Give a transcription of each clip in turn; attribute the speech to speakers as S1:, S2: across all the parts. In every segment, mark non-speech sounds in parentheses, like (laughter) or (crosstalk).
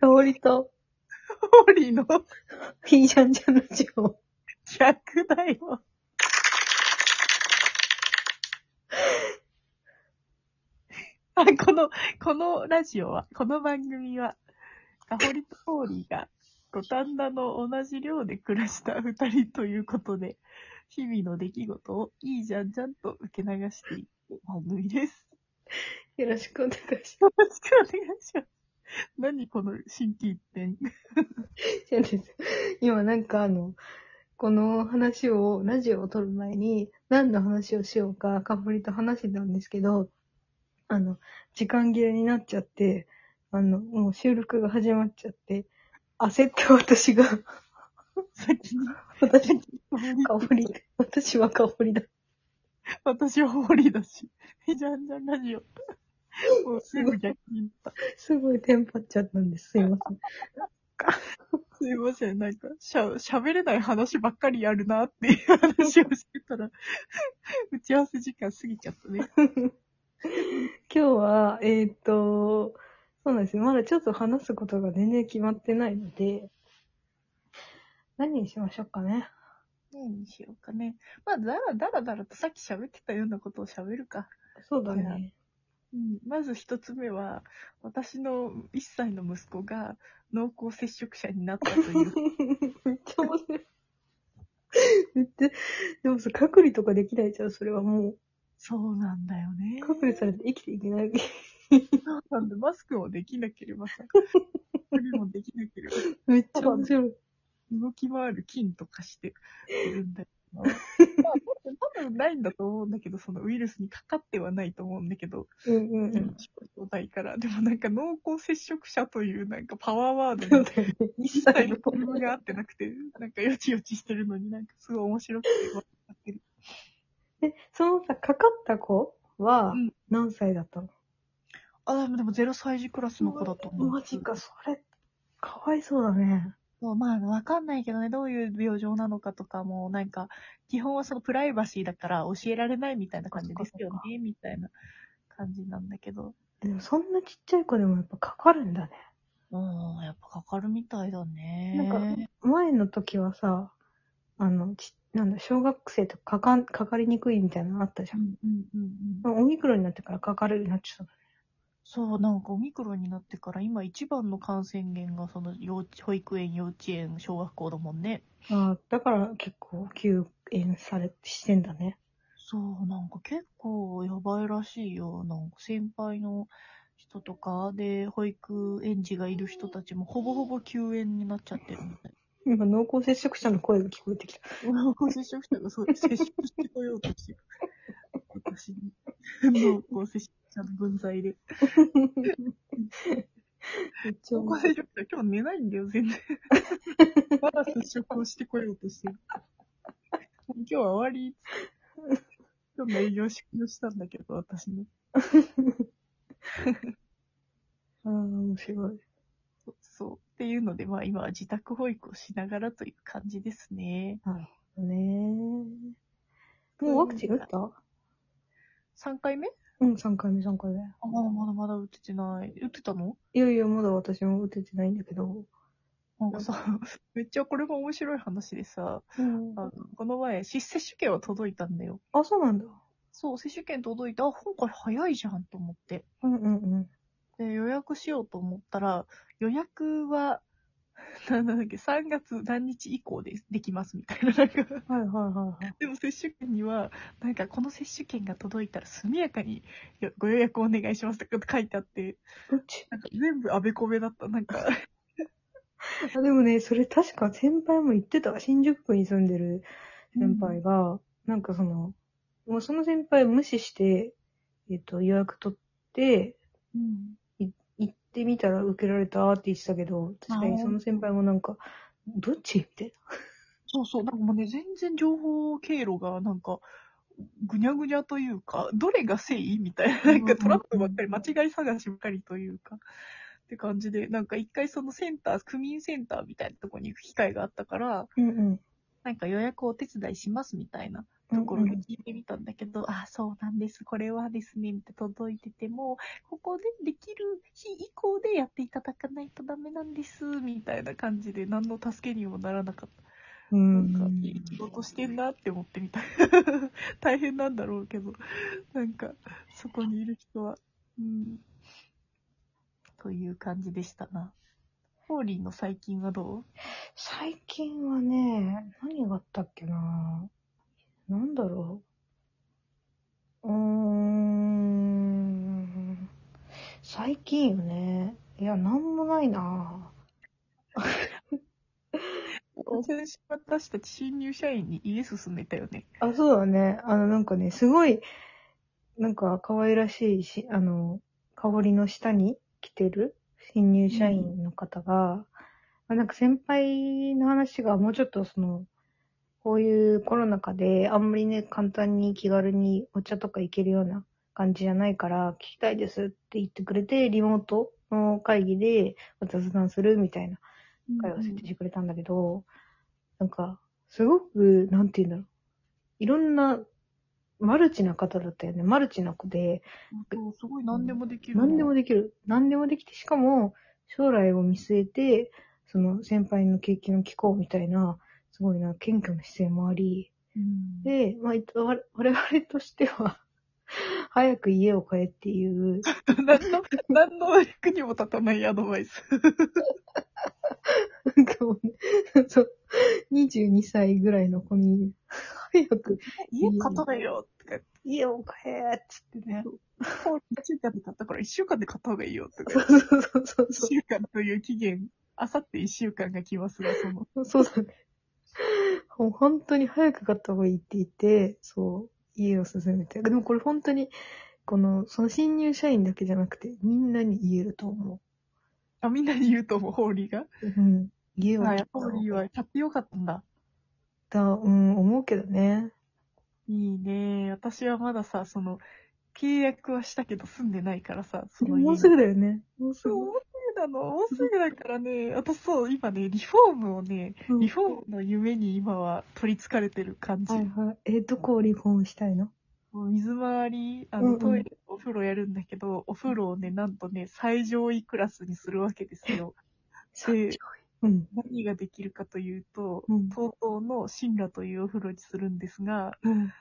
S1: 香りと、
S2: ホーリーの
S1: いいじゃんじゃんの字を。
S2: 逆だよ。 (laughs) あ、この、このラジオは、この番組は、カホリとホーリーが、五反田の同じ寮で暮らした二人ということで、日々の出来事をいいじゃんじゃんと受け流していく番組です。
S1: よろしくお願いし
S2: よろしくお願いします。何この新規一点。 (laughs)
S1: ます。今なんかあの、この話を、ラジオを撮る前に、何の話をしようか、かほりと話してたんですけど、あの、時間切れになっちゃって、あの、もう収録が始まっちゃって、焦って私が、 (laughs)
S2: 先に、
S1: 私、
S2: ホーリー
S1: 香り。私は香りだ。
S2: 私はホーリーだし、ヘジャンジャンラジオ。もうすぐ逆に言った。
S1: すごいテンパっちゃったんです。すいません。
S2: すいません、なんか、しゃ、喋れない話ばっかりやるなっていう話をしてたら、打ち合わせ時間過ぎちゃったね。
S1: 今日は、えーっ、と、そうなんですよ。まだちょっと話すことが全然決まってないので、何にしましょうかね。
S2: 何にしようかね。まあ、だらだらだらとさっき喋ってたようなことを喋るか。
S1: そうだ
S2: は
S1: ね。
S2: うん、まず一つ目は、私の1歳の息子が濃厚接触者になったと (laughs) いう。
S1: (laughs) めっちゃ面白い。めっちゃ、でもさ、隔離とかできないじゃん、それはも
S2: そうなんだよね
S1: う。。隔離されて生きていけない。
S2: そうなんで、マスクもできなけれ (laughs) ばさ、これもできなければ、
S1: めっちゃ面白い。
S2: 動き回る菌とかしてるんだよな。まあ、多分ないんだと思うんだけど、そのウイルスにかかってはないと思うんだけど、
S1: うんうんうん。
S2: 状態から。でもなんか濃厚接触者というなんかパワーワー
S1: そ
S2: ド
S1: う
S2: が
S1: だよね。
S2: 一切の子供が合ってなくて、なんかよちよちしてるのになんかすごい面白くて笑ってる。
S1: で、そのさ、かかった子は
S2: うん
S1: 何歳だったの、
S2: あ、でもでも0歳児クラスの子だと思う。
S1: マジか、それ、かわいそうだね。
S2: そう、まあ、わかんないけどね、どういう病状なのかとかも、なんか、基本はそのプライバシーだから教えられないみたいな感じですよ
S1: そっかそ
S2: ね、みたいな感じなんだけど。
S1: でもそんなちっちゃい子でもやっぱかかるんだね。
S2: うん、やっぱかかるみたいだね。
S1: なんか、前の時はさ、あの、ちなんだ、小学生とかかんかかりにくいみたいなのあったじゃ。
S2: うんんうんうんうん。
S1: オミクロンになってからかかるようになっちゃっ
S2: そう、なんかオミクロンになってから今一番の感染源がその幼稚、保育園、幼稚園、小学校だもんね。
S1: たの。ああ、だから結構休園され、してんだね。
S2: そう、なんか結構やばいらしいよ。なんか先輩の人とかで、保育園児がいる人たちもほぼほぼ休園になっちゃってる
S1: (laughs)
S2: みたい。
S1: 今濃厚接触者の声が聞こえてきた。
S2: 濃厚接触者がそう、接触してこようとしてる。私に。 (laughs) 濃厚接触者の分際で。濃厚接
S1: めっちゃ面白い
S2: 触者、今日寝ないんだよ、全然。まだ接触をしてこようとしてる。今日は終わり。今日の営業失業したんだけど、私ね。
S1: ああ、面白い。
S2: そうそう。っていうので、まあ今は自宅保育をしながらという感じですね。
S1: ねえ。もうワクチン打った
S2: 3回目
S1: うん、3回目、3回目。
S2: あ、まだまだまだ打ててない。打ってたの
S1: いやいや、まだ私も打ててないんだけど。
S2: なんかさ、めっちゃこれも面白い話でさ、あのこの前、し接種券は届いたんだよ。
S1: あ、そうなんだ。
S2: そう、接種券届いて、あ、今回早いじゃんと思って。
S1: うんうんうん。
S2: で、予約しようと思ったら、予約は、 (laughs) なんだっけ、3月何日以降でできますみたいな。なんか (laughs)
S1: はいはいはいはい。
S2: でも接種券には、なんかこの接種券が届いたら速やかによご予約お願いしますとか書いてあって、
S1: どっち
S2: なんか全部あべこべだった。なんか、
S1: あでもね、それ確か先輩も言ってた。新宿区に住んでる先輩が、なんかその、もうその先輩無視して、えっ、と、予約取って、
S2: うん。
S1: 行ってみたら受けられたって言ってたけど、確かにその先輩もなんか、どっちみたい
S2: そうそう、なんかもうね、全然情報経路がなんか、ぐにゃぐにゃというか、どれが誠意みたいな、なんかトラップばっかり、間違い探しばっかりというか、って感じで、なんか一回そのセンター、区民センターみたいなとこに行く機会があったから、
S1: な。うんうん。
S2: なんか予約をお手伝いしますみたいなところで聞いてみたんだけど、あ、そうなんです、これはですね、って届いてても、ここでできる日以降でやっていただかないとダメなんです、みたいな感じで、何の助けにもならなかった。
S1: う
S2: なんか、
S1: ん
S2: いい仕事してんなって思ってみた。 (laughs) 大変なんだろうけど、なんか、そこにいる人は、うん。という感じでしたな。ホーリーの最近はどう
S1: 最近はね、何があったっけななんだろううーん。最近よね。いや、なんもないなお
S2: 先週私たち新入社員に家進めたよね。
S1: あ、そうだね。あの、なんかね、すごい、なんか可愛らしいし、あの、香りの下に来てる新入社員の方が、まあなんか先輩の話がもうちょっとその、こういうコロナ禍であんまりね、簡単に気軽にお茶とか行けるような感じじゃないから、聞きたいですって言ってくれて、リモートの会議で雑談するみたいな会を設定してくれたんだけど、なんか、すごく、なんて言うんだろう。いろんな、マルチな方だったよね。マルチな子で、
S2: そうすごい何でもできる。
S1: 何でもできる。何でもできて、しかも、将来を見据えて、その先輩の経験を聞こうみたいな、すごいな、謙虚な姿勢もあり、
S2: うん、
S1: で、まあ、一応我我々としては、 (laughs) 早く家を買えっていう、
S2: (laughs) 何の、何の役にも立たないアドバイス。
S1: なんかもうね、そう、22歳ぐらいの子に、早く
S2: 家勝たないよとか、
S1: 家を買えっつってね、
S2: ホーリーがついたで買ったから一週間で買った方がいいよとか。
S1: そうそうそうそう
S2: 一週間という期限、あさって一週間が来ますが、その。
S1: そう。そうだね。もう本当に早く買った方がいいって言って、そう、家を勧めて。でもこれ本当に、この、その新入社員だけじゃなくて、みんなに言えると思
S2: あ、みんなに言うと思う、ホーリーが。
S1: う。うん。家を
S2: あ
S1: 買っ、た
S2: ホー
S1: 方
S2: リー
S1: がいい
S2: は買ってよかったんだ。
S1: だ、うん、思うけどね。
S2: いいね私はまださ、その、契約はしたけど住んでないからさ、その
S1: もう
S2: に
S1: すぐだよね。もうす
S2: そう、も。う
S1: ぐ
S2: すぐなの。もうすぐだからね、私そう、今ね、リフォームをね、
S1: うん
S2: リフォームの夢に今は取り憑かれてる感じ。
S1: はいはい。え、どこを離婚したいの
S2: もう水回り、あ
S1: うんう
S2: の、
S1: ん
S2: トイレ、お風呂やるんだけど、お風呂をね、なんとね、最上位クラスにするわけですよ。で、
S1: うん。
S2: 何ができるかというと、
S1: うん
S2: とうとうの神羅というお風呂にするんですが、
S1: うん。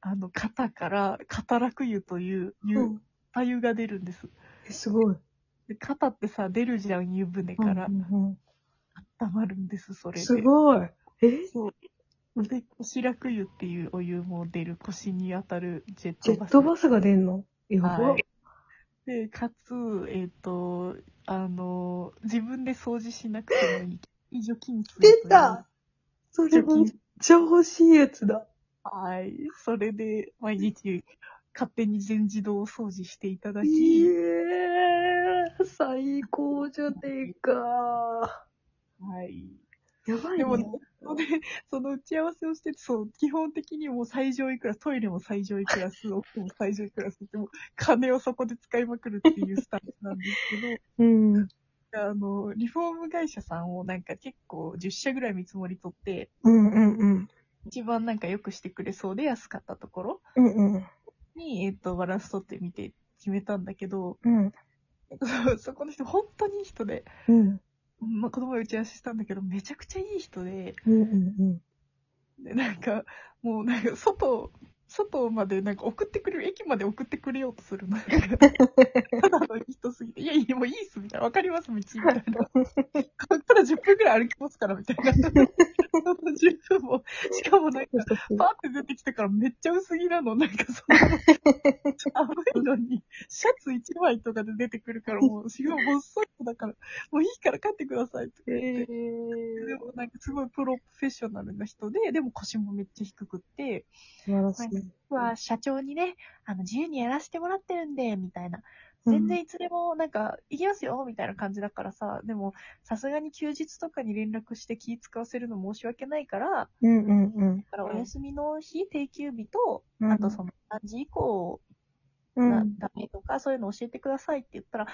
S2: あの、肩から、肩楽湯という、湯、
S1: うん
S2: あ湯が出るんです。
S1: えすごい。
S2: で肩ってさ、出るじゃん、湯船から。
S1: うんうん
S2: 温まるんです、そ
S1: うん
S2: れで。
S1: すごい。え
S2: そう。で、腰楽湯っていうお湯も出る、腰に当たるジェッ
S1: ジ
S2: ト
S1: ェ
S2: バ
S1: ッ
S2: ス。
S1: トバスが出んのやば。
S2: はいで、かつ、えっ、と、あの、自分で掃除しなくてもいい。以上、金水。
S1: 出たそれ
S2: 除
S1: めっ
S2: 菌
S1: ちゃ欲しいやつだ。
S2: はい。それで、毎日、勝手に全自動掃除していただ
S1: い
S2: き、
S1: えー、最高じゃねえか。
S2: はい。
S1: やばい
S2: でも
S1: ね
S2: ね。、その打ち合わせをしてて、そう、基本的にもう最上位クラス、トイレも最上位クラス、お風呂も最上位クラスって、もう金をそこで使いまくるっていうスタンスなん (laughs) ですけ
S1: うん。
S2: ど、あの、リフォーム会社さんをなんか結構10社ぐらい見積もり取って、
S1: うんうんうん。
S2: 一番なんか良くしてくれそうで安かったところ
S1: うんうん。
S2: に、えっ、と、バランス取ってみて決めたんだけど、 (laughs)
S1: うん。
S2: そこの人、本当にいい人で、
S1: うん。
S2: まあ、この前打ち合わせしたんだけど、めちゃくちゃいい人で、
S1: うんうん
S2: で、なんか、もうなんか、外、外までなんか送ってくれる、駅まで送ってくれようとするの。なんかただのいい人すぎて、いやいや、もういいっす、みたいな。わかります、道、みたいな。こっから10分くらい歩きますから、みたいな。その10分も、しかもなんか、パーって出てきたからめっちゃ薄着なの。なんかその、寒いのに、シャツ1枚とかで出てくるから、もう、しかもぼっそりだから、もういいから帰ってください、とか
S1: うん。
S2: 言って
S1: え。
S2: でもなんかすごいプロフェッショナルな人で、でも腰もめっちゃ低くって、
S1: 素晴らしい。
S2: は社長にね、あの自由にやらせてもらってるんで、みたいな。
S1: うん
S2: 全然いつでもなんか行きますよ、みたいな感じだからさ、でもさすがに休日とかに連絡して気使わせるの申し訳ないから、
S1: うんうんうん
S2: だからお休みの日、定休日と、
S1: うん。
S2: あとその3時以降
S1: うん
S2: なダメとか、そういうの教えてくださいって言ったら、あ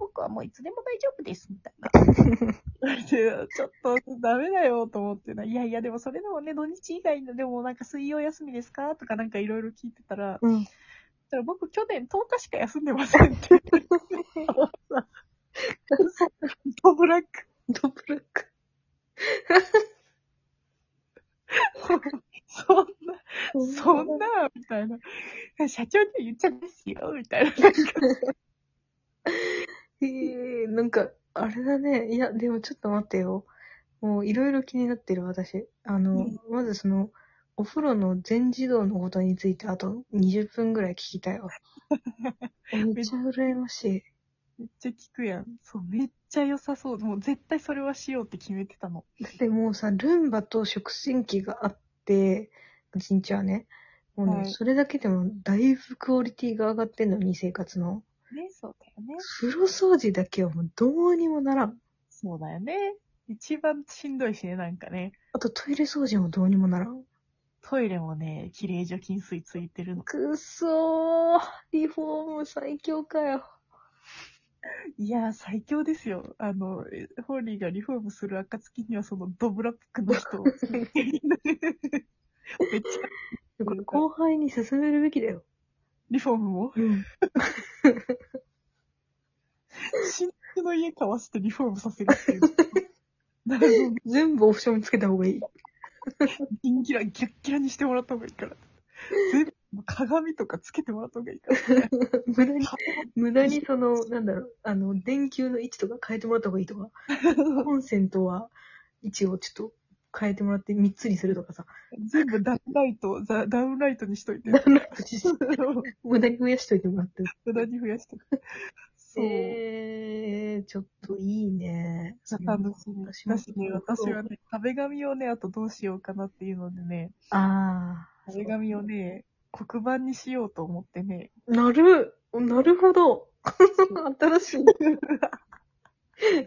S2: 僕はもういつでも大丈夫です、みたいな。でちょっとダメだよと思ってな。いやいや、でもそれでもね、土日以外の、でもなんか水曜休みですかとかなんかいろいろ聞いてたら、
S1: うん。
S2: だから僕去年10日しか休んでませんって。 (laughs) ドブラック。
S1: ドブラック。
S2: そんな、そんな、みたいな。社長に言っちゃうんですよ、みたいな。
S1: えー、なんか、あれだね。いや、でもちょっと待ってよ。もういろいろ気になってる私。あの、
S2: うん
S1: まずその、お風呂の全自動のことについてあと20分ぐらい聞きたい
S2: (laughs)
S1: わ。めっちゃ羨ましい。
S2: めっちゃ聞くやん。そう、めっちゃ良さそう。もう絶対それはしようって決めてたの。
S1: だってもうさ、ルンバと食洗機があって、一日はね、もうね、
S2: はい
S1: それだけでもだいぶクオリティが上がってんのに生活の。
S2: ね、そうだよね。
S1: 風呂掃除だけはもうどうにもならん。
S2: そうだよね。一番しんどいしね、なんかね。
S1: あとトイレ掃除もどうにもならん。
S2: トイレもね、綺麗除菌水ついてるの。
S1: くそー。リフォーム最強かよ。
S2: いやー、最強ですよ。あの、えホーリーがリフォームする暁には、そのドブラックの人を。めっちゃ、
S1: これ後輩に勧めるべきだよ。
S2: リフォームも
S1: うん。
S2: 新築の家買わせてリフォームさせるっていう。なるほど。
S1: 全部オプションつけた方がいい。
S2: ギンギラ、ギラッギラにしてもらった方がいいから。全部、鏡とかつけてもらった方がいいから。
S1: 無
S2: (laughs)
S1: 駄に、無駄にその、なんだろう、あの、電球の位置とか変えてもらった方がいい
S2: (laughs)
S1: とか、コンセントは位置をちょっと変えてもらって3つにすると
S2: (laughs)
S1: かさ。
S2: 全部ダウンライト、ザダウンライトにしといて。
S1: 無駄に増やしといてもらって。
S2: 無駄に増やしてく
S1: (laughs)
S2: れそう。
S1: えー、ちょっといいね。
S2: 楽しみ。
S1: 私も
S2: だしね、私はね、壁紙をね、あとどうしようかなっていうのでね、
S1: あー。
S2: 壁紙をね、黒板にしようと思ってね、
S1: (laughs) なる、なるほど。新しい。